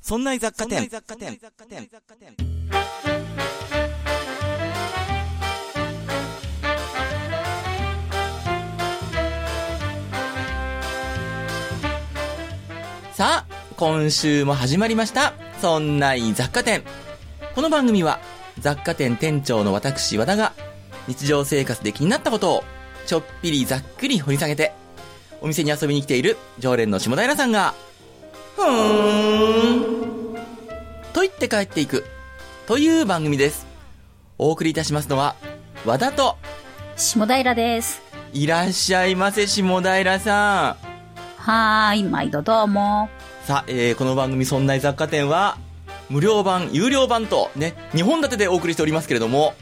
そんな雑貨店。さあ、今週も始まりました。そんない雑貨店。この番組は、雑貨店店長の私、和田が、日常生活で気になったことを、ちょっぴりざっくり掘り下げて、お店に遊びに来ている常連の下平さんが、ふーん。と言って帰っていく、という番組です。お送りいたしますのは、和田と、下平です。いらっしゃいませ、下平さん。はーい、毎度どうも。さあ、えーこの番組「そんな雑貨店」は無料版有料版とね2本立てでお送りしておりますけれども、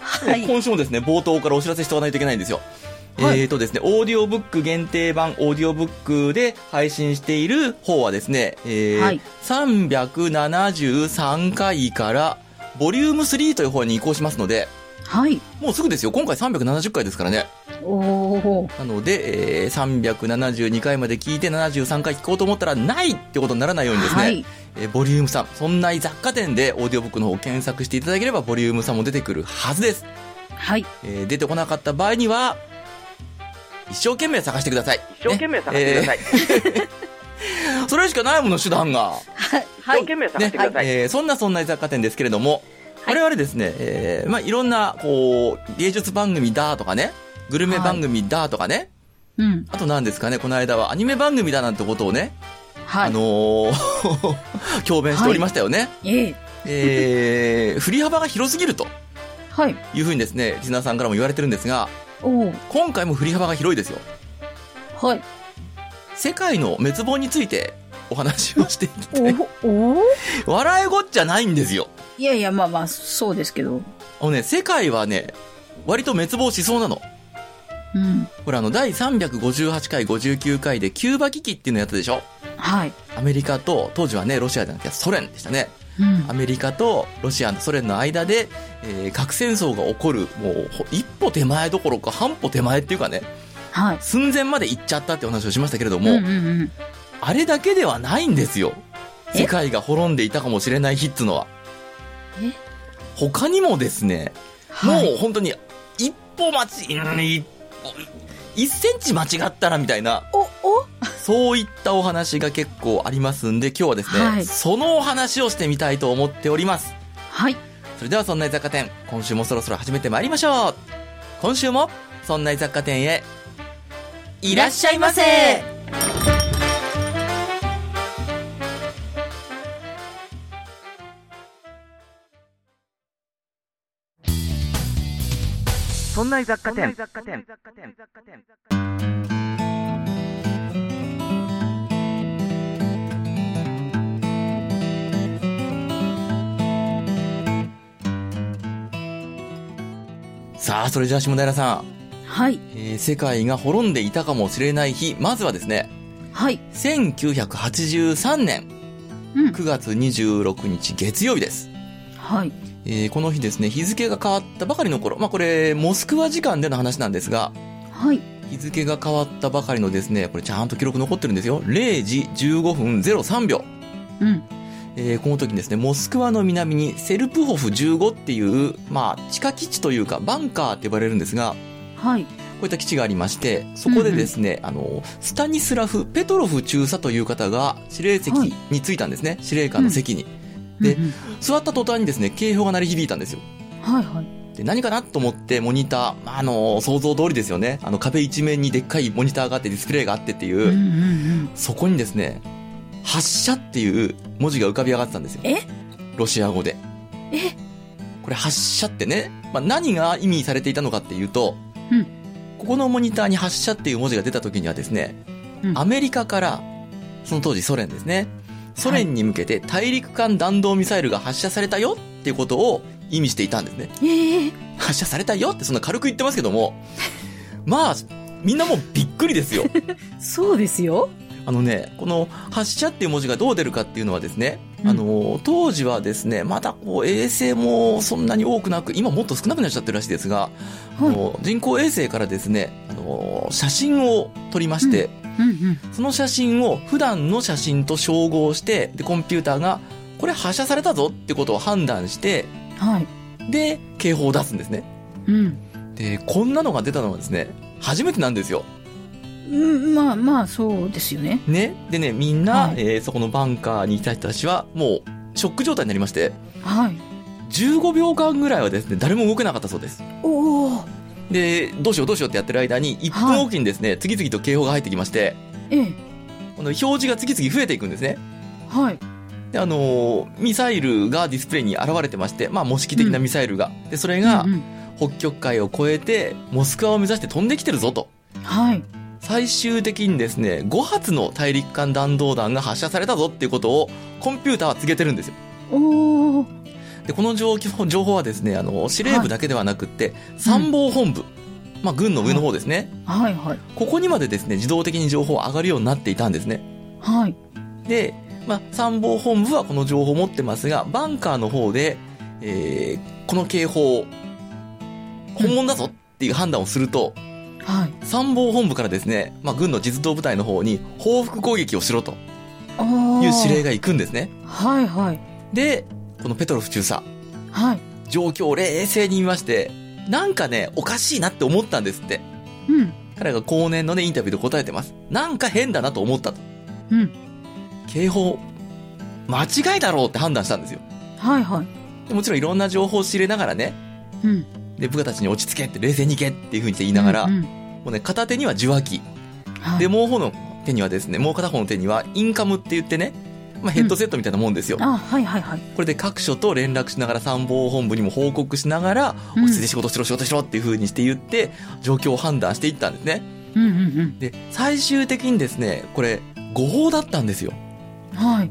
はい。今週もですね冒頭からお知らせしておかないといけないんですよ、はいえーとですねオーディオブック限定版オーディオブックで配信している方はですね、えーはい373回からボリューム3という方に移行しますのではい。もうすぐですよ今回370回ですからねおー。なので、えー372回まで聞いて73回聞こうと思ったらないってことにならないようにですね、はい。えーボリューム3、そんな雑貨店でオーディオブックの方を検索していただければ、ボリューム3も出てくるはずです。はい。えー出てこなかった場合には、一生懸命探してください。一生懸命探してください。それしかないもの、手段が。一は生懸い。命探ねしてください。えーそんなそんな雑貨店ですけれども、はい我々ですね、えーまあ、いろんな、こう、芸術番組だとかね、グルメ番組だとかね、うん。あと何ですかね、この間はアニメ番組だなんてことをね、はあい。のー 教鞭しておりましたよね。ええ。えー振り幅が広すぎると。はい。いうふうにですね、リスナーさんからも言われてるんですが、おー。今回も振り幅が広いですよ。はい。世界の滅亡についてお話をしていきおて、おー 笑いごっちゃないんですよ。いやいや、まあまあ、そうですけど。あのね、世界はね、割と滅亡しそうなの。うん。ほら、あの、第358回、59回でキューバ危機っていうのやったでしょはい。アメリカと、当時はね、ロシアじゃなくてソ連でしたね。うんア。メリカとロシアのソ連の間で、えー核戦争が起こる、もう、ほ一歩手前どころか半歩手前っていうかね、はい。寸前まで行っちゃったってお話をしましたけれども、うんうんうん。あれだけではないんですよ。え世界が滅んでいたかもしれない日っつのは。え他にもですね、はいもう本当に、一歩間ち、うん一歩一センチ間違ったらみたいな、お、おそういったお話が結構ありますんで、今日はですね、はいそのお話をしてみたいと思っております。はい。それではそんな居雑貨店、今週もそろそろ始めてまいりましょう。今週も、そんな居雑貨店へ、いらっしゃいませそんな雑貨店。さあ、それじゃあ下平さん、はい。えー世界が滅んでいたかもしれない日、まずはですね、はい。 1983年うん。 9月26日月曜日です。はい。えーこの日ですね、日付が変わったばかりの頃、まあこれ、モスクワ時間での話なんですが、はい。日付が変わったばかりのですね、これちゃんと記録残ってるんですよ。0時15分03秒。うん。えーこの時にですね、モスクワの南にセルプホフ15っていう、まあ、地下基地というか、バンカーって呼ばれるんですが、はい。こういった基地がありまして、そこでですね、あの、スタニスラフ・ペトロフ中佐という方が司令席はいに着いたんですね。司令官の席に。でうんうん座った途端にですね、警報が鳴り響いたんですよ。はいはい。で、何かなと思って、モニター、まああの、想像通りですよね。あの、壁一面にでっかいモニターがあって、ディスプレイがあってっていう、うんうんうん。そこにですね、発射っていう文字が浮かび上がってたんですよ。えロシア語で。えこれ発射ってね、まあ、何が意味されていたのかっていうと、うんここのモニターに発射っていう文字が出た時にはですね、うんアメリカから、その当時ソ連ですね、ソ連に向けて大陸間弾道ミサイルが発射されたよっていうことを意味していたんです ね。ええ発射されたよってそんな軽く言ってますけども、まあ、みんなもうびっくりですよ。そうですよ。あのね、この発射っていう文字がどう出るかっていうのはですね、うんあの、当時はですね、まだこう衛星もそんなに多くなく、今もっと少なくなっちゃってるらしいですが、あの人工衛星からですね、あの、写真を撮りまして、うんうん。その写真を普段の写真と照合して、で、コンピューターが、これ発射されたぞってことを判断して、はい。で、警報を出すんですね。うん。で、こんなのが出たのはですね、初めてなんですよ。うん、まあまあ、そうですよね。ね。でね、みんな、はいえーそこのバンカーにいた人たちは、もう、ショック状態になりまして、はい。 15秒間ぐらいはですね、誰も動けなかったそうです。おお。で、どうしようどうしようってやってる間に、1分おきにですね、次々と警報が入ってきまして、ええ。この表示が次々増えていくんですね。はい。で、あのーミサイルがディスプレイに現れてまして、まあ、模式的なミサイルが。で、それがうん、うん北極海を越えて、モスクワを目指して飛んできてるぞと。はい。最終的にですね、5発の大陸間弾道弾が発射されたぞっていうことを、コンピューターは告げてるんですよ。おお。で、この情報情報はですね、あの、司令部だけではなくって、参謀本部、まあ、軍の上の方ですね。はいはい。ここにまでですね、自動的に情報上がるようになっていたんですね。はい。で、まあ、参謀本部はこの情報を持ってますが、バンカーの方で、えー、この警報、本物だぞっていう判断をすると、はい。参謀本部からですね、まあ、軍の実動部隊の方に報復攻撃をしろとああ。いう指令が行くんですね。はいはい。で、このペトロフ中佐、はい。状況を冷静に見まして、なんかね、おかしいなって思ったんですって。うん。彼が後年のね、インタビューで答えてます。なんか変だなと思ったと。うん。警報、間違いだろうって判断したんですよ。はいはい。でもちろんいろんな情報を仕入れながらね、うん。で、部下たちに落ち着けって、冷静に行けっていう風にして言いながら、うんもうんうね、片手には受話器。はい、で、もう方の手にはですね、もう片方の手にはインカムって言ってね、まあヘッドセットみたいなもんですよ。あ、はいはいはい。これで各所と連絡しながら参謀本部にも報告しながら、うん落ち着いて仕事しろ仕事しろっていう風にして言って、状況を判断していったんですね。うんうんで、最終的にですね、これ、誤報だったんですよ。うん。はい。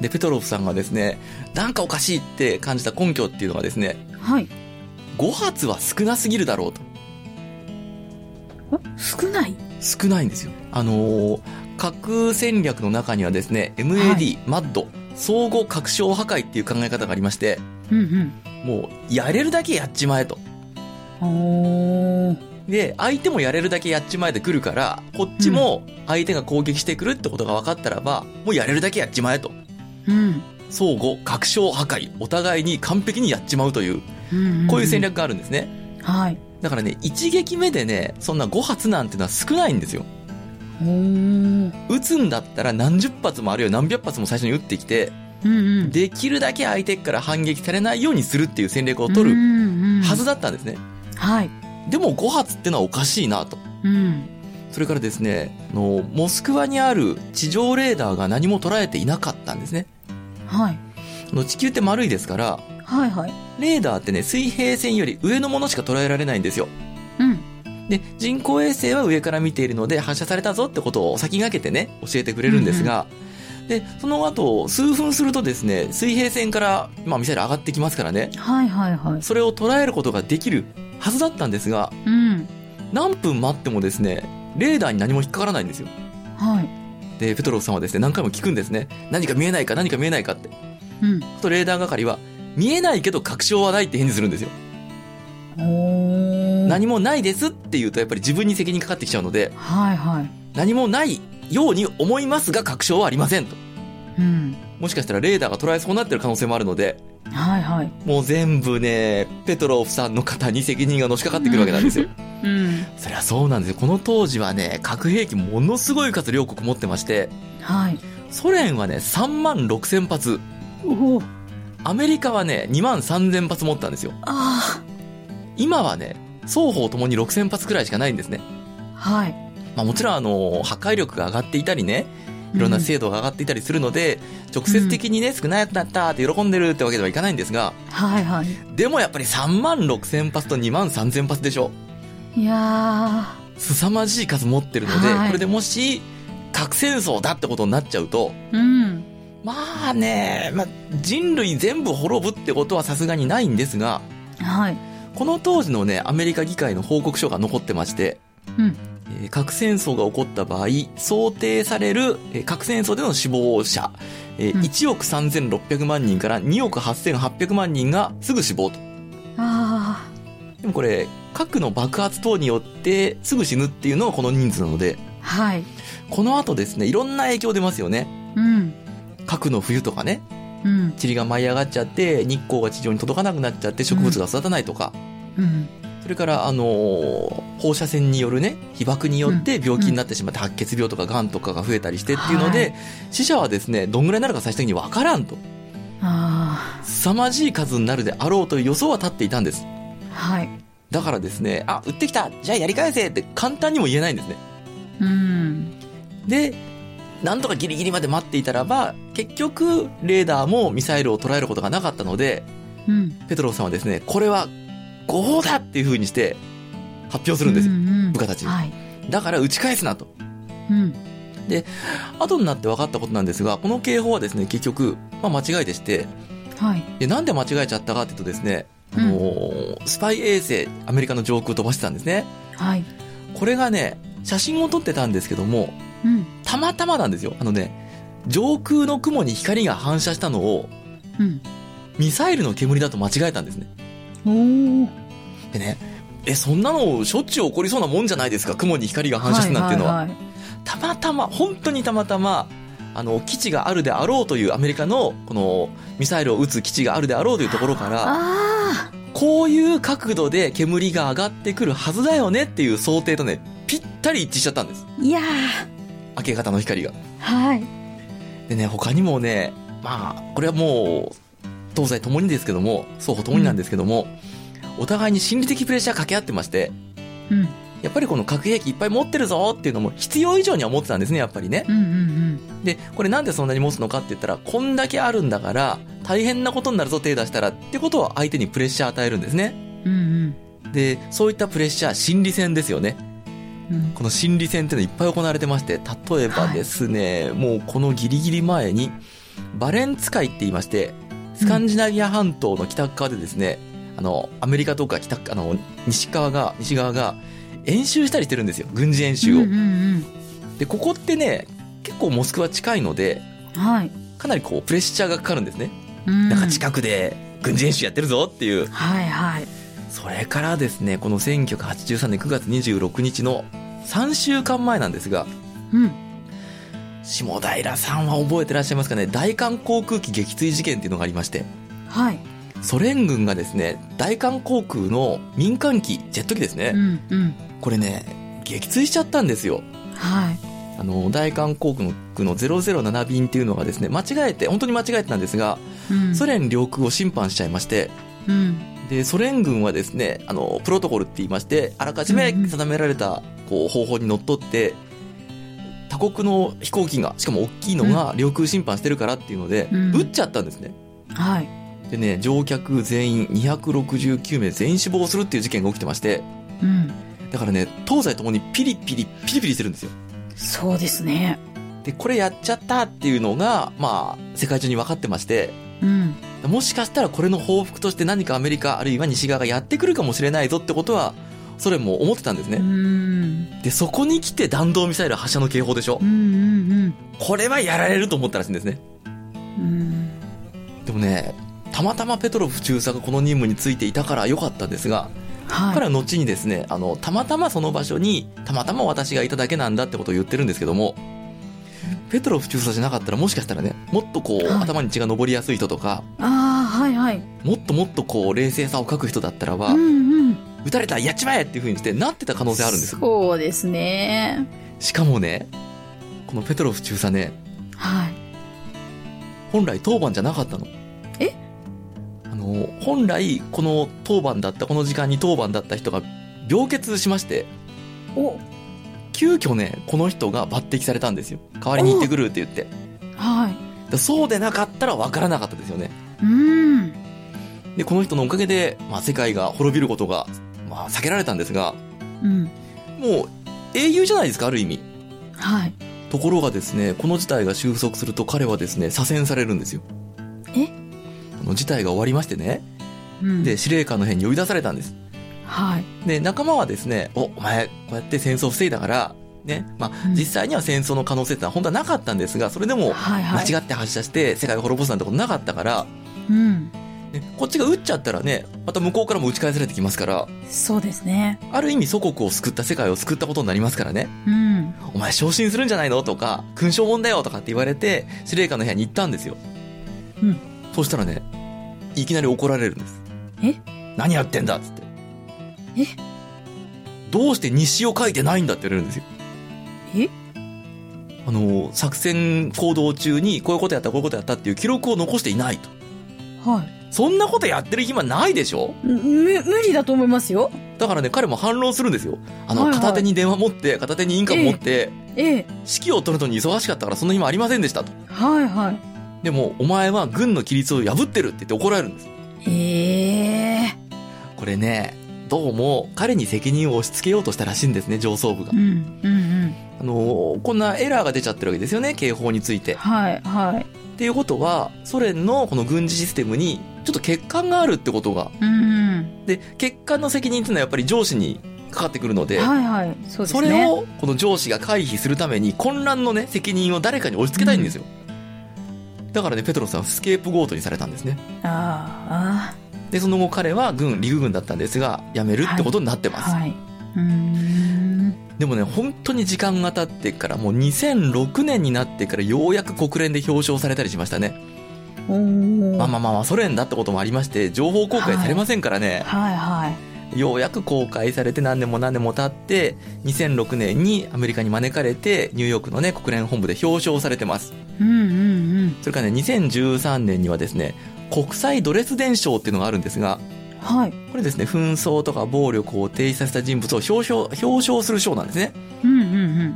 で、ペトロフさんがですね、なんかおかしいって感じた根拠っていうのがですね、はい。 5発は少なすぎるだろうと。お少ない少ないんですよ。あのー核戦略の中にはですね、MAD、は MAD、相互拡張破壊っていう考え方がありまして、うんもう、やれるだけやっちまえと。うん。おー。で、相手もやれるだけやっちまえで来るから、こっちも相手が攻撃してくるってことが分かったらば、もうやれるだけやっちまえと。うん。相互確証破壊。お互いに完璧にやっちまうという、うんんこういう戦。略があるんですね。はい。だからね、一撃目でね、そんな5発なんてのは少ないんですよ。おー。うん撃つんだったら何十発もあるいは何百発も最初に撃ってきて、うん。できるだけ相手から反撃されないようにするっていう戦略を取うるんうんはずだったんですね。はい。でも5発ってのはおかしいなと。うん。それからですね、あの、モスクワにある地上レーダーが何も捉えていなかったんですね。はい。あの地球って丸いですから、はいはい。レーダーってね、水平線より上のものしか捉えられないんですよ。うん。で、人工衛星は上から見ているので、発射されたぞってことを先駆けてね、教えてくれるんですが、で、その後、数分するとですね、水平線から、まあ、ミサイル上がってきますからね、はいはいはい。それを捉えることができるはずだったんですが、うん。何分待ってもですね、レーダーに何も引っかからないんですよ。はい。で、ペトロフさんはですね、何回も聞くんですね。何か見えないか、何か見えないかって。うん。と、レーダー係は、見えないけど確証はないって返事するんですよ。おー。何もないですって言うと、やっぱり自分に責任かかってきちゃうので、はいはい。何もないように思いますが、確証はありませんと。うん。もしかしたらレーダーが捉えそうになってる可能性もあるので、はいはい。もう全部ね、ペトロフさんの方に責任がのしかかってくるわけなんですよ。うん。 そりゃそうなんですよ。この当時はね、核兵器ものすごい数両国持ってまして、はい。ソ連はね、3万6千発、おー。アメリカはね、2万3千発持ったんですよ。あ今はね、双方ともに6千発くらいしかないんですね。ー。はい。まあもちろんあの、破壊力が上がっていたりね、いろんな精度が上がっていたりするので、直接的にね、少なくなったって喜んでるってわけではいかないんですが、はいはい。でもやっぱり3万6千発と2万3千発でしょ。いや凄まじい数持ってるので、はいこれでもし、核戦争だってことになっちゃうと、ー。うん。まあね、まあ、人類全部滅ぶってことはさすがにないんですが、はい。この当時のね、アメリカ議会の報告書が残ってまして、うんえー核戦争が起こった場合、想定される、えー核戦争での死亡者、えーうん1億3600万人から2億8800万人がすぐ死亡と。あでもこれ、核の爆発等によってすぐ死ぬっていうのがこの人数なので、あ。はい。この後ですね、いろんな影響出ますよね。うん。核の冬とかね、うん。塵が舞い上がっちゃって、日光が地上に届かなくなっちゃって、植物が育たないとか、うん。それから、あのー放射線によるね、被爆によって病気になってしまって、白血病とか癌とかが増えたりしてっていうので、はい死者はですね、どんぐらいになるか最終的にわからんと。あ凄まじい数になるであろうという予想は立っていたんです。あ。はい。だからですね、あ、売ってきたじゃあやり返せって簡単にも言えないんですね。うん。で、なんとかギリギリまで待っていたらば、結局、レーダーもミサイルを捉えることがなかったので、うん。ペトロフさんはですね、これは誤報だっていう風にして発表するんですよ。ううん部下たちにはい。だから打ち返すなと。うん。後になって分かったことなんですが、この警報はですね、結局、まあ間違いでして、はい。で、なんで間違えちゃったかっていうとですね、あのースパイ衛星、アメリカの上空飛ばしてたんですね。はい。これがね、写真を撮ってたんですけども、うん。たまたまなんですよ。あのね、上空の雲に光が反射したのを、うん。ミサイルの煙だと間違えたんですね。おお。でね、え、そんなのしょっちゅう起こりそうなもんじゃないですか、雲に光が反射するなんていうのは。いはいたまたま、本当にたまたま、あの、基地があるであろうというアメリカの、この、ミサイルを撃つ基地があるであろうというところから、あこういう角度で煙が上がってくるはずだよねっていう想定とね、ぴったり一致しちゃったんです。あ。いやー。明け方の光が。はい。でね、他にもね、まあ、これはもう、東西ともにですけども、双方ともになんですけども、お互いに心理的プレッシャー掛け合ってまして、うん。やっぱりこの核兵器いっぱい持ってるぞっていうのも必要以上には持ってたんですね、やっぱりねう。んうんで、これなんでそんなに持つのかって言ったら、こんだけあるんだから、大変なことになるぞ手出したらってことを相手にプレッシャー与えるんですね。うん。うんで、そういったプレッシャー、心理戦ですよね。うん。うん。この心理戦っていうのいっぱい行われてまして、例えばですね、もうこのギリギリ前に、バレンツ海って言いまして、スカンジナビア半島の北側でですね、あの、アメリカとか北、あの、西側が、西側が演習したりしてるんですよ。軍事演習を。うんうんで、ここってね、結構モスクワ近いので、うん。はい。かなりこうプレッシャーがかかるんですね。うん。なんか近くで軍事演習やってるぞっていう。はいはい。それからですね、この1983年9月26日の3週間前なんですが、うん。下平さんは覚えてらっしゃいますかね大韓航空機撃墜事件っていうのがありまして、はい。ソ連軍がですね、大韓航空の民間機、ジェット機ですうね。んうん。これね、撃墜しちゃったんですよ。はい。あの、大韓航空の007便っていうのがですね、間違えて、本当に間違えてたんですが、うん。ソ。連領空を侵犯しちゃいまして、うん。で、ソ連軍はですね、あの、プロトコルって言いまして、あらかじめうんうん定められた、こう、方法にのっとって、他国の飛行機が、しかも大きいのが領空侵犯してるからっていうので、うん撃っちゃったんですね。はい。でね、乗客全員269名全員死亡するっていう事件が起きてまして、うん。だからね、東西ともにピリピリ、ピリピリしてるんですよ。そうですね。で、これやっちゃったっていうのが、まあ、世界中に分かってまして、うん。もしかしたらこれの報復として何かアメリカあるいは西側がやってくるかもしれないぞってことは、ソ連も思ってたんですうね。ん。で、そこに来て弾道ミサイル発射の警報でしょうんうんこれはやられると思ったらしいんですね。うん。うん。でもね、たまたまペトロフ中佐がこの任務についていたから良かったんですが、はい。から後にですね、あの、たまたまその場所に、たまたま私がいただけなんだってことを言ってるんですけども、ペトロフ中佐じゃなかったらもしかしたらね、もっとこう、はい頭に血が上りやすい人とか、ああ、はいはい。もっともっとこう、冷静さを書く人だったらば、うんうん。撃たれたやっちまえっていう風にしてなってた可能性あるんですよそうですね。しかもねこのペトロフ中佐ねはい。本来当番じゃなかったのえあの本来この当番だったこの時間に当番だった人が病欠しましてお、急遽ねこの人が抜擢されたんですよ代わりに行ってくるって言ってはい。だそうでなかったらわからなかったですよねうん。でこの人のおかげで、まあ、世界が滅びることが、まあ、避けられたんですがうん。もう英雄じゃないですかある意味はい。ところがですね、この事態が収束すると彼はですね、左遷されるんですよ。えあの事態が終わりましてね、うん。で、司令官の辺に呼び出されたんです。はい。で、仲間はですね、お、お前、こうやって戦争を防いだから、ね、まあ、うん実際には戦争の可能性ってのは本当はなかったんですが、それでも、はいはい。間違って発射して世界を滅ぼすなんてことなかったから、うん。ねこっちが打っちゃったらね、また向こうからも打ち返されてきますから、そうですね。ある意味祖国を救った世界を救ったことになりますからね。うん。お前昇進するんじゃないのとか、勲章もんだよとかって言われて、司令官の部屋に行ったんですよ。うん。そしたらね、いきなり怒られるんです。え何やってんだっつって。えどうして日誌を書いてないんだって言われるんですよ。えあの、作戦行動中にこういうことやった、こういうことやったっていう記録を残していないと。はそんなことやってる暇ないでしょい。む、無理だと思いますよ。だからね、彼も反論するんですよ。あの、はいはい片手に電話持って、片手に印鑑持って、ええ。指揮を取るのに忙しかったからそんな暇ありませんでしたと。はいはでも、お前は軍の規律を破ってるって言って怒られるんです。い。ええ。これね、どうも彼に責任を押し付けようとしたらしいんですね、上層部がう。ん。うんうん。あのーこんなエラーが出ちゃってるわけですよね、警報について。っはいはい。ていうことは、ソ連のこの軍事システムに、ちょっと欠陥があるってことが。うんで、欠陥の責任っていうのはやっぱり上司にかかってくるのうで、ん。はいはい。そうですそね。れをこの上司が回避するために混乱のね、責任を誰かに押し付けたいんですよ。だからね、ペトロさんはスケープゴートにされたんですね。あで、その後彼は軍、陸軍だったんですが、辞めるってことになってあ。ます。はい。うーん。でもね、本当に時間が経ってから、もう2006年になってからようやく国連で表彰されたりしましたね。おーまあまあまあまあ、ソ連だってこともありまして、情報公開されませんからね、はいはい。ようやく公開されて何年も何年も経って、2006年にアメリカに招かれて、ニューヨークのね、国連本部で表彰されてます。うんうんそれからね、2013年にはですね、国際ドレスデン賞っていうのがあるんですが、うん。はい。これですね、紛争とか暴力を停止させた人物を表彰、表彰する賞なんですね。うんうん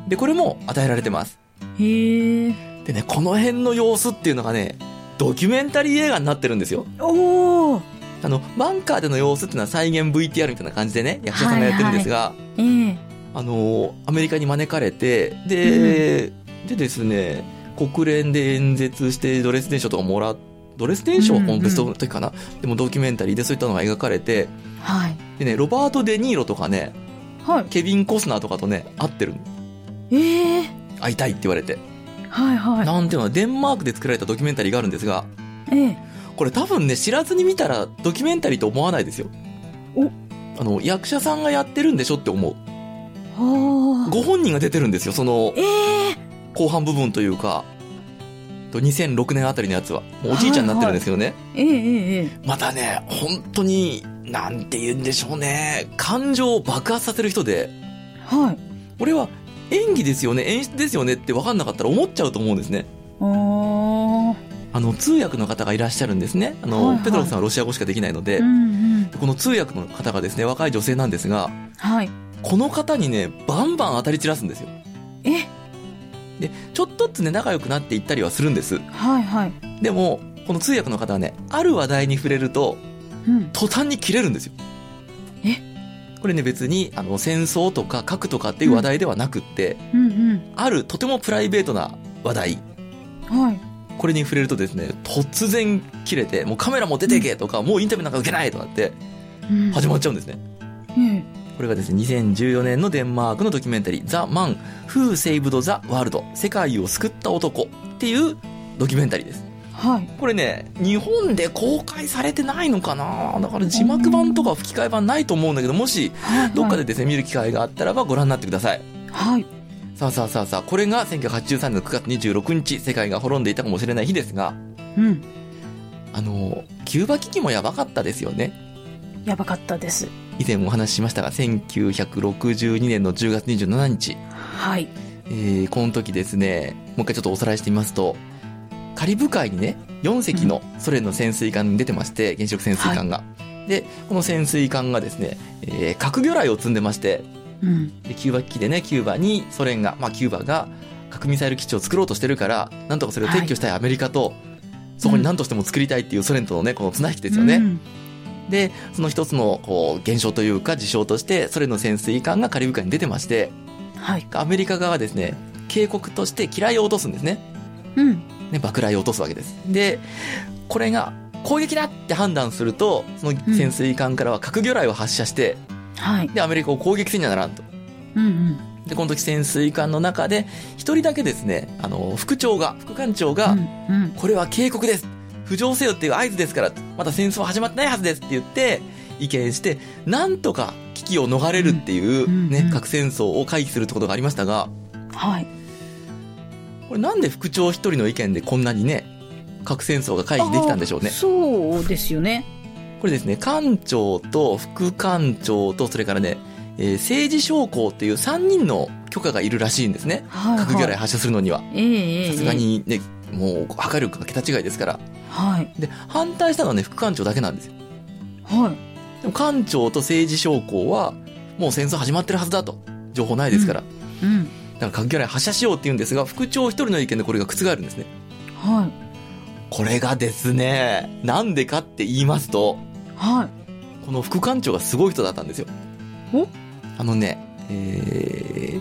で、これも与えられてます。うん。へえ。でね、この辺の様子っていうのがね、ドキュメンタリー映画になってるんですよ。おお。あの、バンカーでの様子っていうのは再現 VTR みたいな感じでね、役者さんがやってるんですが、ええ。あのー、アメリカに招かれて、で、でですね、国連で演説してドレスデン賞とかもらっドレスデン賞はこの別の時かな、でもドキュメンタリーでそういったのが描かれて、はい。でね、ロバート・デ・ニーロとかね、はい。ケビン・コスナーとかとね、会ってるのええ。会いたいって言われて。はいはい。なんていうのは、デンマークで作られたドキュメンタリーがあるんですが、ええ。これ多分ね、知らずに見たらドキュメンタリーと思わないですよ。おあの、役者さんがやってるんでしょって思う。はあ。ご本人が出てるんですよ、そのえ、え。後半部分というか、と2006年あたりのやつは。もうおじいちゃんになってるんですけどね。ええええ。またね、本当に、なんて言うんでしょうね。感情を爆発させる人で、はい。俺は演技ですよね、演出ですよねって分かんなかったら思っちゃうと思うんですね。おお。あの、通訳の方がいらっしゃるんですね。あの、はいはいペトロさんはロシア語しかできないので、うんうん。この通訳の方がですね、若い女性なんですが、はい。この方にね、バンバン当たり散らすんですよ。え。で、ちょっとずつね、仲良くなっていったりはするんです。はいはい。でも、この通訳の方はね、ある話題に触れると、うん。途端に切れるんですよ。えこれね、別に、あの、戦争とか核とかっていう話題ではなくって、うんあるとてもプライベートな話題、うん。はい。これに触れるとですね、突然切れて、もうカメラも出てけとか、もうインタビューなんか受けないとかって、うん始まっちゃうんですね。えこれがですね、2014年のデンマークのドキュメンタリー、The Man Who Saved the World 世界を救った男っていうドキュメンタリーです。え。はい。これね、日本で公開されてないのかなだから字幕版とか吹き替え版ないと思うんだけど、もしはい。どっかで。ですね、見る機会があったらばご覧になってください。はい。さあさあさあさあ、これが1983年の9月26日、世界が滅んでいたかもしれない日ですが、うん。あの、キューバ危機もやばかったですよね。やばかったです。以前もお話ししましたが、1962年の10月27日、はい。えーこの時ですね、もう一回ちょっとおさらいしてみますと、カリブ海にね、4隻のソ連の潜水艦に出てまして、原子力潜水艦が。で、この潛水艦がですね、えー核魚雷を積んでまして、うん。でキューバ危機でね、キューバにソ連が、まあキューバが核ミサイル基地を作ろうとしてるから、なんとかそれを撤去したいアメリカと、そこに何としても作りたいっていうソ連とのね、この綱引きですよね。うん。で、その一つの、こう、現象というか事象として、ソ連の潜水艦がカリブ海に出てまして、はい。アメリカ側はですね、警告として機雷を落とすんですね。うん。ね、爆雷を落とすわけです。で、これが攻撃だって判断すると、その潜水艦からは核魚雷を発射して、はい。で、アメリカを攻撃せんにゃならんと。うんうん。で、この時潜水艦の中で、一人だけですね、あの、副長が、副艦長が、うん。これは警告です浮上せよっていう合図ですから、まだ戦争は始まってないはずですって言って、意見して、なんとか危機を逃れるっていう、うんうんねう、ん核戦争を回避するってことがありましたが、はい。これなんで副長一人の意見でこんなにね、核戦争が回避できたんでしょうあねー。そうですよね。これですね、官庁と副官庁と、それからね、えー政治将校っていう3人の許可がいるらしいんですね。はい、はい。核魚雷発射するのには。ええええさすが。にね、もう破壊力が桁違いですから。ええはい。で、反対したのはね、副官庁だけなんですよ。はい。でも官庁と政治将校は、もう戦争始まってるはずだと。情報ないですから。うん。だから核魚雷発射しようって言うんですが、副長一人の意見でこれが覆るんですね。はい。これがですね、なんでかって言いますと、はい。この副官長がすごい人だったんですよ。おあのね、えー、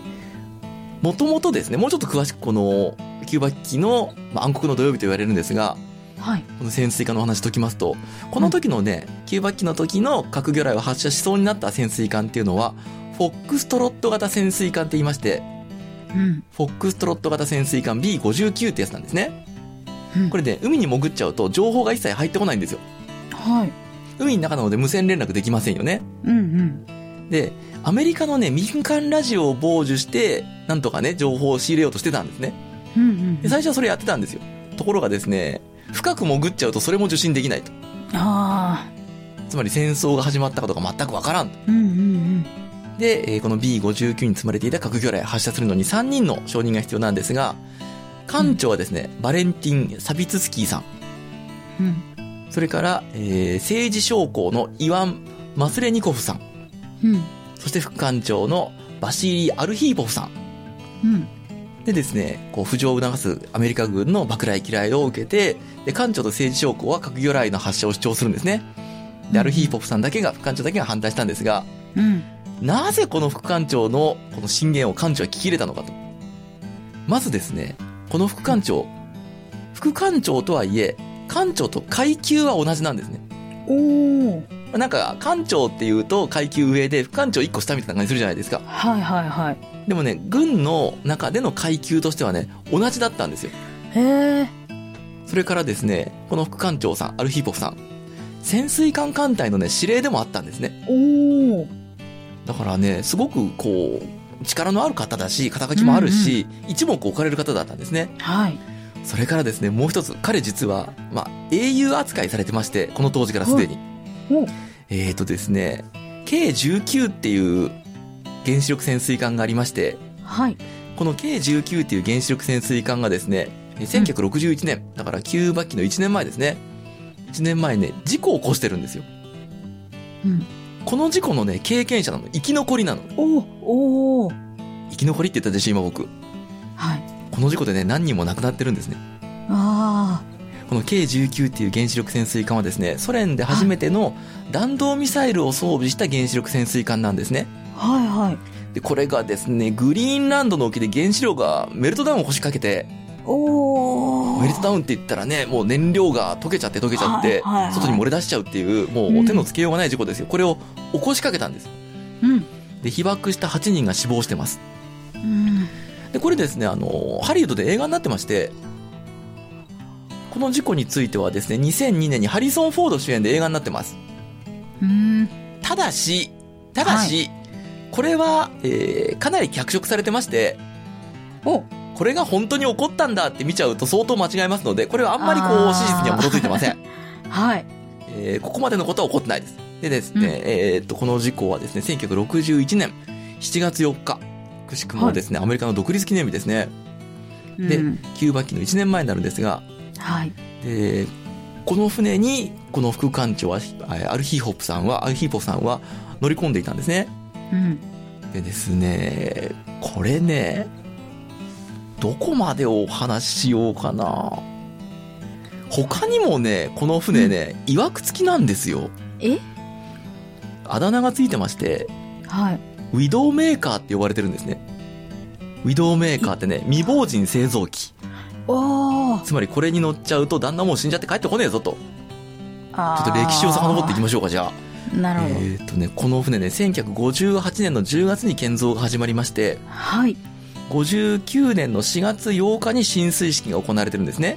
もともとですね、もうちょっと詳しくこの、キューバ危機の、まあ、暗黒の土曜日と言われるんですが、はい。この潜水艦のお話しときますと、この時のね、キューバ危機の時の核魚雷を発射しそうになった潜水艦っていうのは、フォックストロット型潜水艦って言いまして、うん。フォックストロット型潜水艦 B59 ってやつなんですね。うんこれね、海に潜っちゃうと情報が一切入ってこないんですよ。はい。海の中なので無線連絡できませんよね。うんうん。で、アメリカのね、民間ラジオを傍受して、なんとかね、情報を仕入れようとしてたんですね。うんうんで、。最初はそれやってたんですよ。ところがですね、深く潜っちゃうとそれも受信できないと。ああ。つまり戦争が始まったことが全くわからんと。うんうんで、えーこの B59 に積まれていた核魚雷発射するのに3人の承認が必要なんですが、艦長はですね、バレンティン・サビツスキーさん、うん。それから、えー政治将校のイワン・マスレニコフさん、うん。うん。そして副艦長のバシーリ・アルヒーボフさん、うん。でですね、こう、浮上を促すアメリカ軍の爆雷機雷を受けて、で、艦長と政治将校は核魚雷の発射を主張するんですね。で、アルヒーポフさんだけが、副艦長だけが反対したんですが、うん。なぜこの副艦長のこの進言を艦長は聞き入れたのかと。まずですね、この副艦長、副艦長とはいえ、艦長と階級は同じなんですね。おお。なんか、艦長って言うと階級上で、副艦長1個下みたいな感じするじゃないですか。はいはいはい。でもね、軍の中での階級としてはね、同じだったんですよ。へえ。それからですね、この副艦長さん、アルヒーポフさん、潜水艦艦隊のね、指令でもあったんですね。おお。だからね、すごくこう、力のある方だし、肩書きもあるし、一目置かれる方だったんですね。はい。それからですね、もう一つ、彼実は、まあ、英雄扱いされてまして、この当時からすでに。おうえーとですね、K19 っていう原子力潜水艦がありまして、はい。この K19 っていう原子力潜水艦がですね、え1961年、だからキューバ機の1年前ですね。1年前ね、事故を起こしてるんですよ。うん。この事故のね、経験者なの。生き残りなの。おーおー。生き残りって言ったでしょ、今僕。はい。この事故でね、何人も亡くなってるんですね。あこの K19 っていう原子力潜水艦はですね、ソ連で初めての弾道ミサイルを装備した原子力潜水艦なんですね。あ。はいはい。で、これがですね、グリーンランドの沖で原子炉がメルトダウンを腰掛けて、おお。メルトダウンって言ったらね、もう燃料が溶けちゃって溶けちゃって、はいはいはい外に漏れ出しちゃうっていう、もううん手のつけようがない事故ですよ。これを起こしかけたんです。うん。で、被爆した8人が死亡してます。うん。で、これですね、あの、ハリウッドで映画になってまして、この事故についてはですね、2002年にハリソン・フォード主演で映画になってます。うん。ただし、ただし、これは、えー、かなり脚色されてまして、おこれが本当に起こったんだって見ちゃうと相当間違えますので、これはあんまりこう、あー史実には基づいてません。はい。えーここまでのことは起こってないです。でですね、うんえーっと、この事故はですね、1961年7月4日、くしくもですね、アメリカの独立記念日ですね、でうんキューバ機の1年前になるんですが、はい。でこの船に、この副艦長は、えーアルヒーホップさんは、アルヒーポさんは乗り込んでいたんですね。うん。でですね、これね、どこまでお話ししようかな。他にもね、この船ね、曰く付きなんですよ。えあだ名がついてまして、はい。ウィドウメーカーって呼ばれてるんですね。ウィドウメーカーってね、未亡人製造機。おお。ちつまりこれに乗っちゃうと旦那もう死んじゃって帰ってこねえぞと。ちょっと歴史を遡っていきましょうか、じゃあ。す。なるほど。えっ、とね、この船ね、1958年の10月に建造が始まりまして、はい。 59年の4月8日に浸水式が行われてるんですね。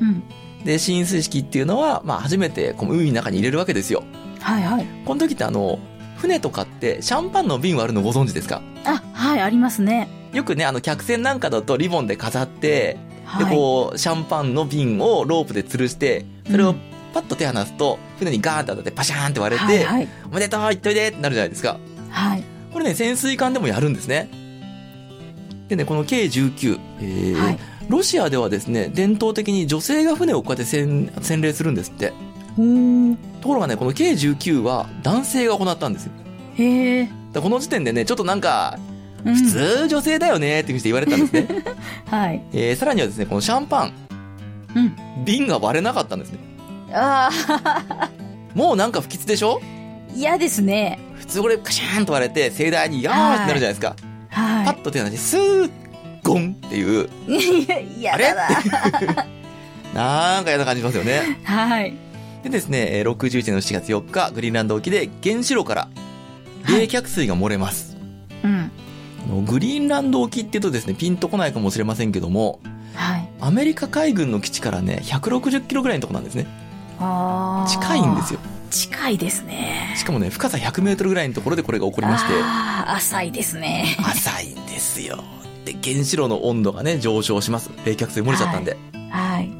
うん。で、浸水式っていうのは、まあ、初めてこう海の中に入れるわけですよ。はいはい。この時ってあの、船とかってシャンパンの瓶割るのご存知ですかあ、はい、ありますね。よくね、あの、客船なんかだとリボンで飾って、で、はい。こう、シャンパンの瓶をロープで吊るして、それうをんパッと手離すと、船にガーンって当たってパシャーンって割れて、はいはい。おめでとう行っといでってなるじゃないですか。はい。これね、潜水艦でもやるんですね。でね、この K19、えーはいロシアではですね、伝統的に女性が船をこうやって洗洗礼するんですって。うーん。ところがね、この K19 は男性が行ったんですよ。へえ。だからこの時点でね、ちょっとなんか、うん普。通女性だよねっていうふうにして言われてたんです ね。はい。えーさらにはですね、このシャンパン、うん。瓶が割れなかったんですね。ああ、もうなんか不吉でしょ 嫌ですね。普通これカシャーンと割れて盛大に「やー!」ってなるじゃないですか、パはッと手を出してスーッゴンっていうい。いや、 嫌だな。なんか嫌な感じしますよ ねはい。でですねえー61年の7月4日グリーンランド沖で原子炉からはい冷却水が漏れます、うん。あのグリーンランド沖っていうとですねピンとこないかもしれませんけどもはい。アメリカ海軍の基地からね160キロぐらいのとこなんですねああ。近いんですよ。よ近いですね。しかもね深さ100メートルぐらいのところでこれが起こりましてああ、浅いですね。浅いんですよで原子炉の温度がね上昇します冷却水漏れちゃったんで、はい。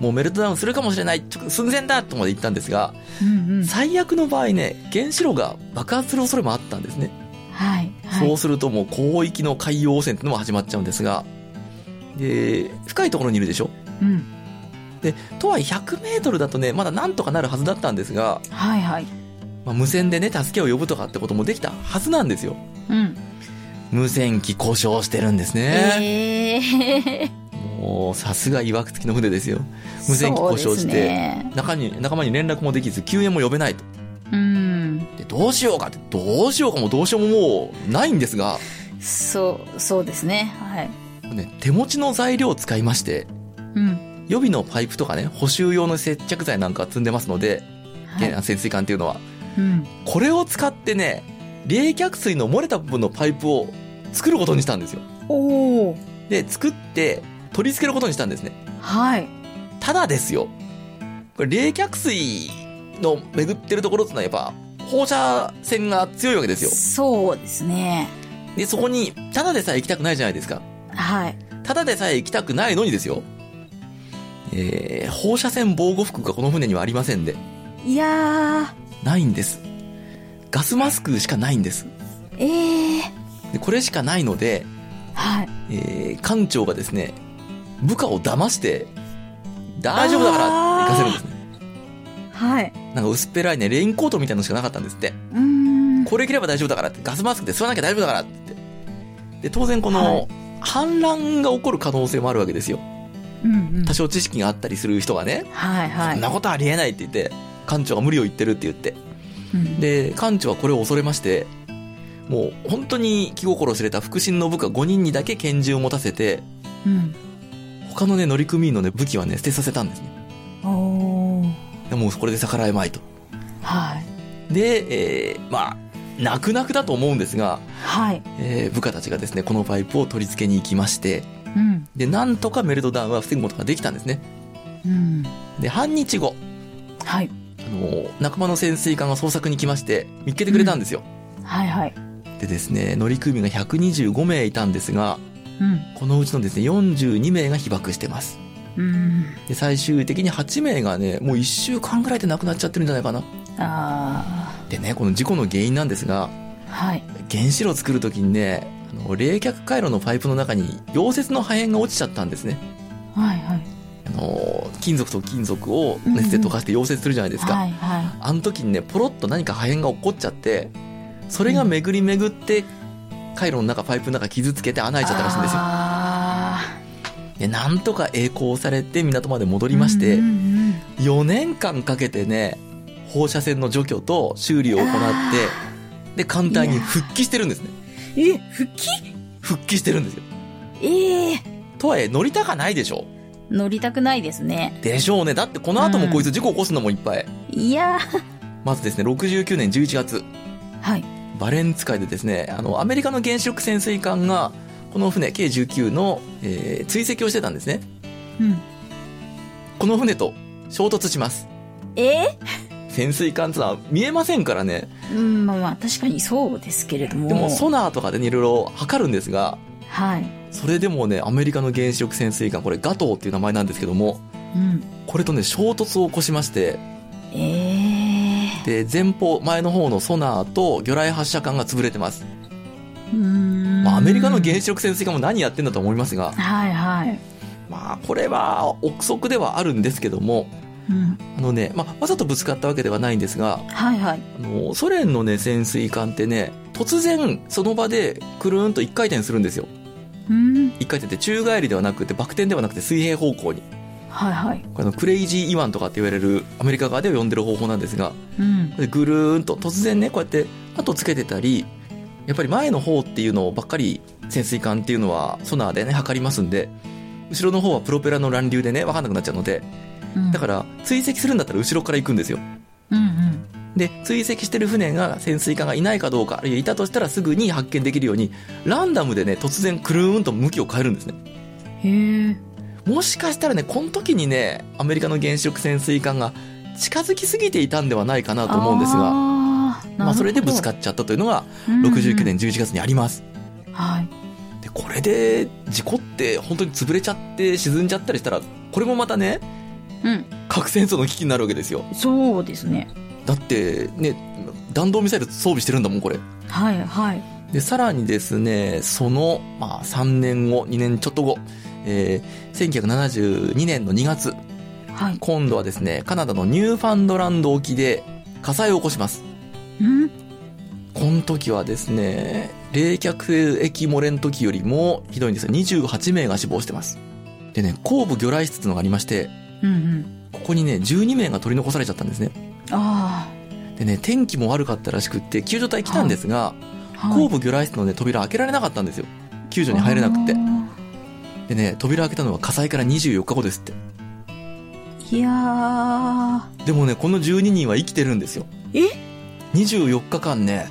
もうメルトダウンするかもしれない、ちょっと寸前だとまで言ったんですが、うんうん。最悪の場合ね、原子炉が爆発する恐れもあったんですね。はい。はそ。いうするともう広域の海洋汚染ってのも始まっちゃうんですが、で、深いところにいるでしょうん。とはいえ100メートルだとね、まだなんとかなるはずだったんですが、はいはい。まあ、無線でね、助けを呼ぶとかってこともできたはずなんですよ。うん。無線機故障してるんですね。ええ。もう、さすが曰くつきの船ですよ。無線機故そう障でしすてね。中に、仲間に連絡もできず、救援も呼べないと。うん。で、どうしようかって、どうしようかもどうしようももうないんですが、そう、そうですね。はい。ね、手持ちの材料を使いまして、うん。予備のパイプとかね、補修用の接着剤なんか積んでますので、はい。潜水艦っていうのは。うん。これを使ってね、冷却水の漏れた部分のパイプを作ることにしたんですよ。おお。で、作って取り付けることにしたんですね。はい。ただですよ、これ冷却水の巡ってるところってのはやっぱ、放射線が強いわけですよ。そうですね。で、そこに、ただでさえ行きたくないじゃないですか。はい。ただでさえ行きたくないのにですよ。えー、放射線防護服がこの船にはありませんで、いやないんです。ガスマスクしかないんです。ー、ええでこれしかないので、はい。えー、艦長がですね、部下を騙して、大丈夫だからって行かせるんですね。はい。なんか薄っぺらいね、レインコートみたいなのしかなかったんですって。うーん。これ着れば大丈夫だからって、ガスマスクで吸わなきゃ大丈夫だからって言って。で、当然こはのい、反乱が起こる可能性もあるわけですよ。うんうん多。少知識があったりする人がね、はいはそんいな。ことありえないって言って、艦長が無理を言ってるって言って。うんで、艦長はこれを恐れまして、もう本当に気心知れた腹心の部下5人にだけ拳銃を持たせて、うん。他のね、乗組員のね、武器はね、捨てさせたんですね。おー。でもうこれで逆らえまいと。はい。で、えー、まあ、泣く泣くだと思うんですが、はい。えー部下たちがですね、このパイプを取り付けに行きまして、うん。で、なんとかメルトダウンは防ぐことができたんですね。うん。で、半日後、はい。あのー仲間の潜水艦が捜索に来まして、見っけてくれたんですよ。はいはい。でですね、乗組員が125名いたんですが、うん。このうちのですね、42名が被爆してます。うん。で、最終的に8名がね、もう1週間ぐらいで亡くなっちゃってるんじゃないかな。あでね、この事故の原因なんですが、ー。はい。原子炉作るときにね、あの、冷却回路のパイプの中に溶接の破片が落ちちゃったんですね。はいはい。あの、金属と金属をうんうん熱で溶かして溶接するじゃないですか。はいはあの時にね、ポロッと何か破片が起こっちゃって、それが巡り巡って、回路の中、パイプの中傷つけて穴開い。いちゃったらしいんですよ。あで、なんとか栄光されて港まで戻ー。りまして、うんうん4年間かけてね、放射線の除去と修理を行ってあ、で、艦隊に復帰してるんですね。うんえ、復帰復帰してるんですよ。ええとはいえ、乗りたかないでしょ乗りたくないですね。でしょうね。だってこの後もこいつ事故起こすのもいっぱい。いやー。まずですね、69年11月、はい。バレンツ海でですね、あの、アメリカの原子力潜水艦が、この船 K19 の、えー追跡をしてたんですね。うん。この船と衝突します。え潜水艦ツアー見えませんからね。ーうん、まあまあ、確かにそうですけれども。でもソナーとかでねいろいろ測るんですが、はい。それでもね、アメリカの原子力潜水艦、これガトーっていう名前なんですけども、うん。これとね、衝突を起こしまして、ええで、前方、前の方のソナーと魚雷発射管が潰れてます。ー。うーん。まあ、アメリカの原子力潜水艦も何やってんだと思いますが、はいはい。まあ、これは憶測ではあるんですけども、うん。あのね、まあ、わざとぶつかったわけではないんですが、はいはい。あの、ソ連のね、潜水艦ってね、突然、その場で、くるーんと一回転するんですよ。うん。一回転って宙返りではなくて、バク転ではなくて水平方向に。はいはい。これあのクレイジーイワンとかって言われるアメリカ側では呼んでる方法なんですが、うん。でぐるーんと突然ね、こうやって後つけてたり、やっぱり前の方っていうのばっかり潜水艦っていうのはソナーでね、測りますんで、後ろの方はプロペラの乱流でね、わかんなくなっちゃうので、うんだから追跡するんだったら後ろから行くんですよ。うんうん。で、追跡してる船が潜水艦がいないかどうか、あるいはいたとしたらすぐに発見できるように、ランダムでね、突然くるーんと向きを変えるんですね。へえ。もしかしたらね、この時にね、アメリカの原子力潜水艦が近づきすぎていたんではないかなと思うんですが、あーまあそれでぶつかっっちゃったというのが、た69年11月にあります。はい。で、これで事故って本当に潰れちゃって沈んじゃったりしたら、これもまたね、うん。核戦争の危機になるわけですよ。そうですね。だって、ね、弾道ミサイル装備してるんだもん、これ。はいはい。で、さらにですね、その、まあ3年後、2年ちょっと後、えー、1972年の2月、はい。今度はですね、カナダのニューファンドランド沖で火災を起こします。うん。この時はですね、冷却液漏れの時よりもひどいんですよ。28名が死亡してます。でね、後部魚雷室っていうのがありまして、うんうん。ここにね、12名が取り残されちゃったんですね。あでね、天気も悪かったらしくって、救助隊来たんですが、あ。はい後部魚雷室のね、扉開けられなかったんですよ。救助に入れなくって。でね、扉開けたのは火災から24日後ですって。て。いやー。でもね、この12人は生きてるんですよ。え24日間ね、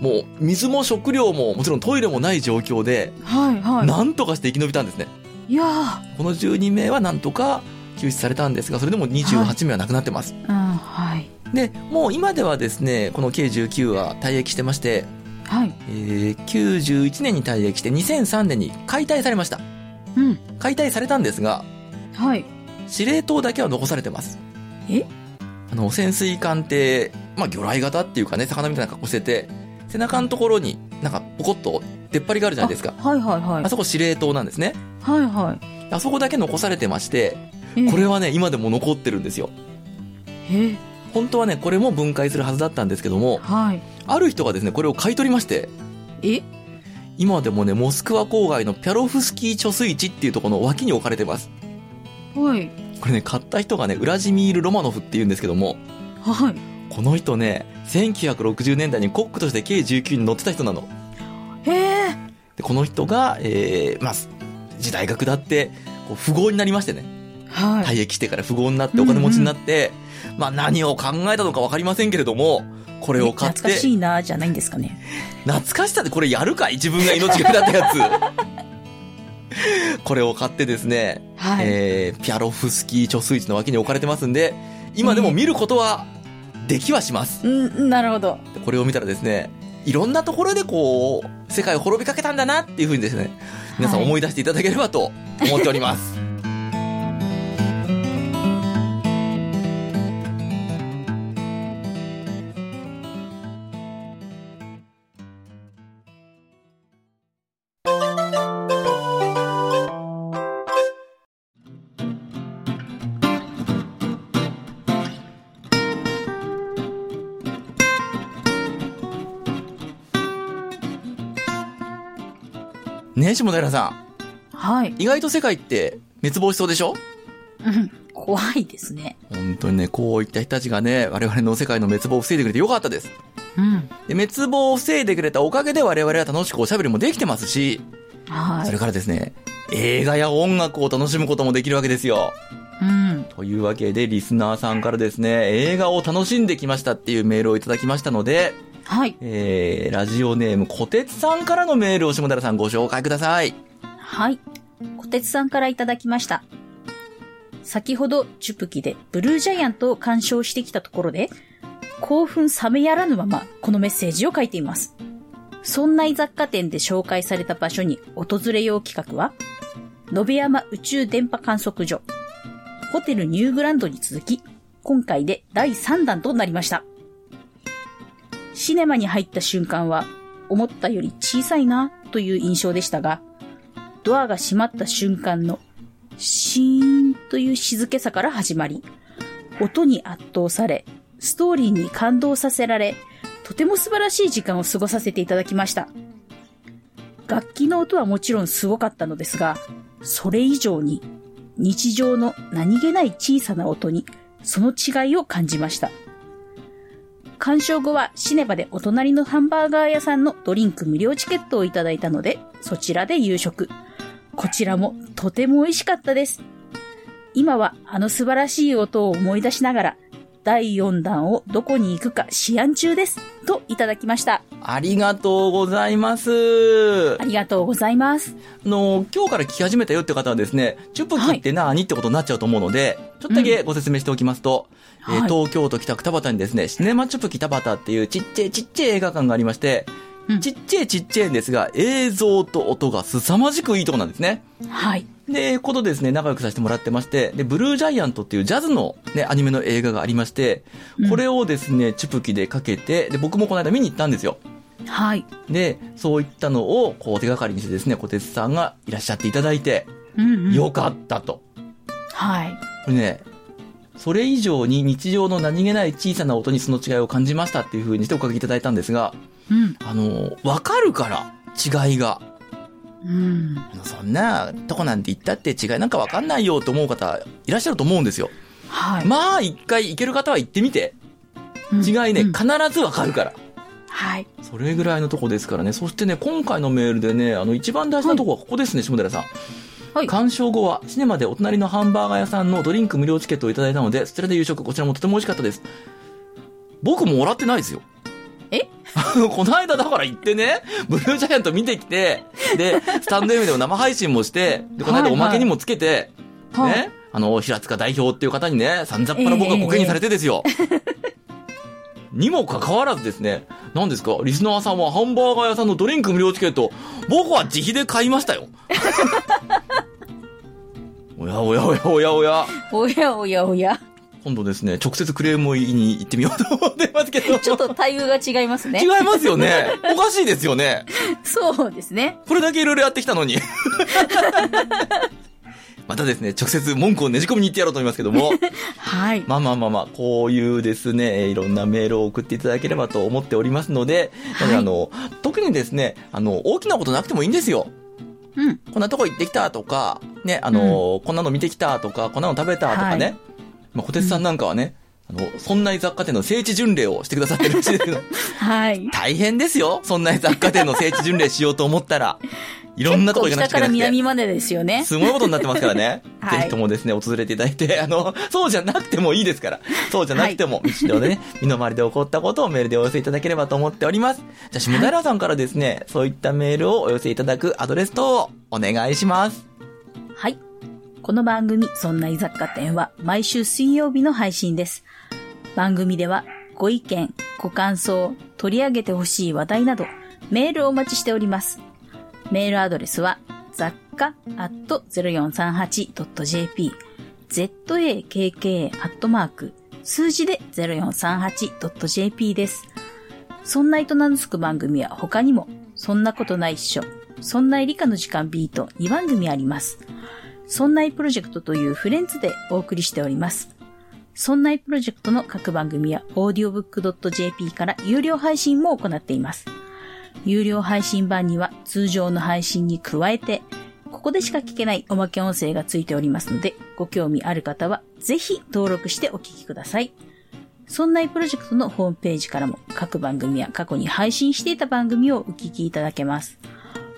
もう水も食料ももちろんトイレもない状況で、はいはなんとかして生き延びたんですね。い。いやー。この12名はなんとか救出されたんですが、それでも28名は亡くなってます。うん、はい。で、もう今ではですね、この K19 は退役してまして、はい。えー91年に退役して2003年に解体されました。うん。解体されたんですが、はい。司令塔だけは残されてます。えあの、潜水艦って、まあ、魚雷型っていうかね、魚みたいな格好してて、背中のところになんかポコッと出っ張りがあるじゃないですか。はいはいはいあ。そこ司令塔なんですね。はいはあそこだけ残されてまして、い。えこれはね、今でも残ってるんですよ。え本当はね、これも分解するはずだったんですけども、はい。ある人がですね、これを買い取りまして、え今でもね、モスクワ郊外のピャロフスキー貯水池っていうところの脇に置かれてます。はい。これね、買った人がね、ウラジミール・ロマノフっていうんですけども、はい。この人ね、1960年代にコックとして K19 に乗ってた人なの。ええで、この人が、えー、まあ、時代が下って、こう、富豪になりましてね。はい。退役してから富豪になってお金持ちになって、まあ何を考えたのかわかりませんけれども、これを買って、懐かしいなーじゃないんですかね。懐かしさでこれやるかい自分が命がけだったやつ。 これを買ってですね、はい。えー、ピャロフスキー貯水池の脇に置かれてますんで、今でも見ることは、できはします。うん、なるほど。これを見たらですね、いろんなところでこう、世界を滅びかけたんだなっていうふうにですね、皆さん思い出していただければと思っており ます。ねえ、下平さん。はい。意外と世界って滅亡しそうでしょうん怖いですね。本当にね、こういった人たちがね、我々の世界の滅亡を防いでくれてよかったです。うん。で滅亡を防いでくれたおかげで我々は楽しくおしゃべりもできてますし、はそれい。からですね、映画や音楽を楽しむこともできるわけですよ。うん。というわけで、リスナーさんからですね、映画を楽しんできましたっていうメールをいただきましたので、はい。えー、ラジオネーム、小鉄さんからのメールを下平さんご紹介ください。はい。小鉄さんからいただきました。先ほどチュプキでブルージャイアントを鑑賞してきたところで、興奮冷めやらぬままこのメッセージを書いています。そんな雑貨店で紹介された場所に訪れよう企画は、野辺山宇宙電波観測所、ホテルニューグランドに続き、今回で第3弾となりました。シネマに入った瞬間は、思ったより小さいなという印象でしたが、ドアが閉まった瞬間のシーンという静けさから始まり、音に圧倒され、ストーリーに感動させられ、とても素晴らしい時間を過ごさせていただきました。楽器の音はもちろんすごかったのですが、それ以上に日常の何気ない小さな音にその違いを感じました。鑑賞後はシネバでお隣のハンバーガー屋さんのドリンク無料チケットをいただいたので、そちらで夕食。こちらもとても美味しかったです。今はあの素晴らしい音を思い出しながら、第4弾をどこに行くか試案中です。といただきました。ありがとうございます。ありがとうございます。あの、今日から聞き始めたよって方はですね、チュプキって何、ってことになっちゃうと思うので、ちょっとだけご説明しておきますと、うんえーはい東京都北区田端にですね、シネマチュプキ田端っていうちっちゃいちっちゃい映画館がありまして、うんちっちゃいちっちゃいんですが、映像と音が凄まじくいいとこなんですね。はい。で、ことですね、仲良くさせてもらってまして、で、ブルージャイアントっていうジャズのね、アニメの映画がありまして、これをですね、チュプキでかけて、で、僕もこの間見に行ったんですよ。はい。で、そういったのを、こう、手がかりにしてですね、小鉄さんがいらっしゃっていただいて、うん、うん。よかったと。はい。これね、それ以上に日常の何気ない小さな音にその違いを感じましたっていう風にしておかけいただいたんですが、うん。あの、わかるから、違いが。うん。あのそんなとこなんて行ったって違いなんかわかんないよと思う方いらっしゃると思うんですよ。はい。まあ、一回行ける方は行ってみて。うん違いね、うん必ずわかるから。はい。それぐらいのとこですからね。そしてね、今回のメールでね、あの、一番大事なとこはここですね、下寺さん。はい。鑑賞後は、シネマでお隣のハンバーガー屋さんのドリンク無料チケットをいただいたので、そちらで夕食、こちらもとても美味しかったです。僕もらってないですよ。えこの間だから行ってね、ブルージャイアント見てきて、で、スタンド M でも生配信もして、で、このはいは間いおまけにもつけて、はいね、あの、平塚代表っていう方にね、さんざっぱら僕がええコケにされてですよ。にもかかわらずですね、何ですか、リスナーさんはハンバーガー屋さんのドリンク無料チケット、僕は自費で買いましたよ。 おやおやおやおやおや。おやおやおや。今度ですね、直接クレームを言いに行ってみようと思ってますけど。 ちょっと待遇が違いますね。 違いますよね。おかしいですよね。そうですね。これだけいろいろやってきたのに。 またですね、直接文句をねじ込みに行ってやろうと思いますけども。はい。まあまあまあまあ、こういうですね、えーいろんなメールを送っていただければと思っておりますので、なのではいあの、特にですね、あの、大きなことなくてもいいんですよ。うん。こんなとこ行ってきたとか、ね、あの、こんなの見てきたとか、こんなの食べたとかね。はいまあ、小鉄さんなんかはね、あの、そんな雑貨店の聖地巡礼をしてくださってるらしいですけ ど、はい。大変ですよ。そんな雑貨店の聖地巡礼しようと思った ら、いろんなとこ行かなくちゃい結構北かけならくて。南までですよね。すごいことになってますからね。 はいぜひともですね、訪れていただいて、 あの、そうじゃなくてもいいですから。そうじゃなくても、日常で ね、身の回りで起こったことをメールでお寄せいただければと思っております。じゃあ、下平さんからですね、そういったメールをお寄せいただくアドレス等をお願いします。はい。この番組、そんな居雑貨店は毎週水曜日の配信です。番組ではご意見、ご感想、取り上げてほしい話題など、メールをお待ちしております。メールアドレスは、雑貨 0438.jp、zakk アットマーク、数字で 0438.jp です。そんないと名のつく番組は他にも、そんなことないっしょ、そんない理科の時間 B と2番組あります。そんないプロジェクトというフレンズでお送りしております。そんないプロジェクトの各番組や audiobook.jp から有料配信も行っています。有料配信版には通常の配信に加えて、ここでしか聞けないおまけ音声がついておりますので、ご興味ある方はぜひ登録してお聞きください。そんないプロジェクトのホームページからも各番組や過去に配信していた番組をお聞きいただけます。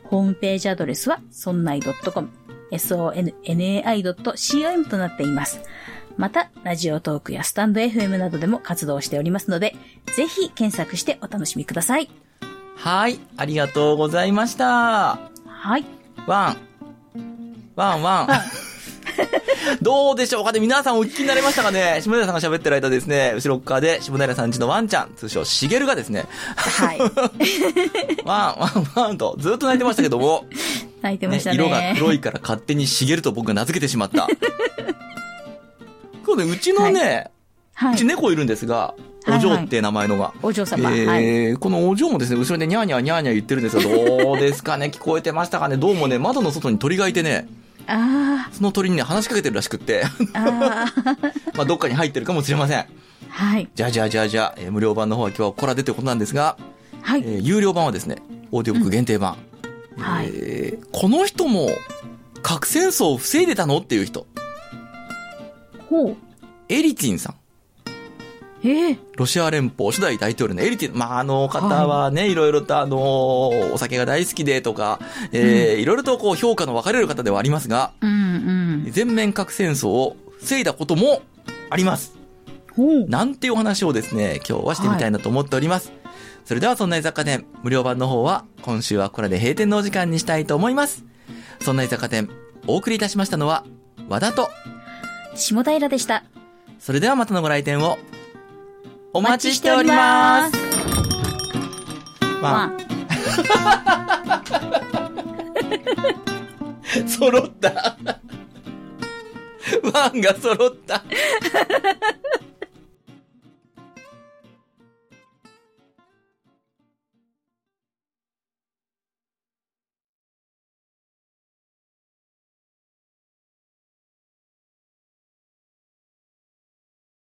ホームページアドレスは、そんない .com、sonnai.com となっています。また、ラジオトークやスタンド FM などでも活動しておりますので、ぜひ検索してお楽しみください。はい、ありがとうございました。はい。ワン。ワンワン。 どうでしょうかね皆さんお聞きになれましたかね下平さんが喋ってる間ですね、後ろっ側で下平さんちのワンちゃん、通称しげるがですね、はい。 ワン、ワン、ワンとずっと泣いてましたけども、 泣いてまねしたね。色が黒いから勝手にしげると僕が名付けてしまった。 そうね、うちのね、はうちい。猫いるんですが、お嬢って名前のが。お嬢様。えはい。ーこのお嬢もですね、後ろでニャーニャーニャーニャー言ってるんですが、どうですかね、聞こえてましたかね、どうもね、窓の外に鳥がいてね、あその鳥にね、話しかけてるらしくって、 ーあーまあ、どっかに入ってるかもしれません。はい。じゃあじゃあじゃあじゃあ、えー無料版の方は今日はコラでということなんですが、はえい。ー有料版はですね、オーディオブック限定版。はい。えーこの人も、核戦争を防いでたのっていう人。ほう。エリツィンさん。ええ。ロシア連邦初代大統領のエリツィン。まあ、あの方はね、い、ろいろとあのお酒が大好きでとか、えーいろいろとこう評価の分かれる方ではありますが、うんうん。全面核戦争を防いだこともあります。ほう。なんていうお話をですね、今日はしてみたいなと思っております。それではそんな居酒店、無料版の方は今週はこれで閉店のお時間にしたいと思います。そんな居酒店、お送りいたしましたのは、和田と、下平でした。それではまたのご来店を、おお。待ちしておりますす。ワま ン。 あ、揃った。ワンが揃った。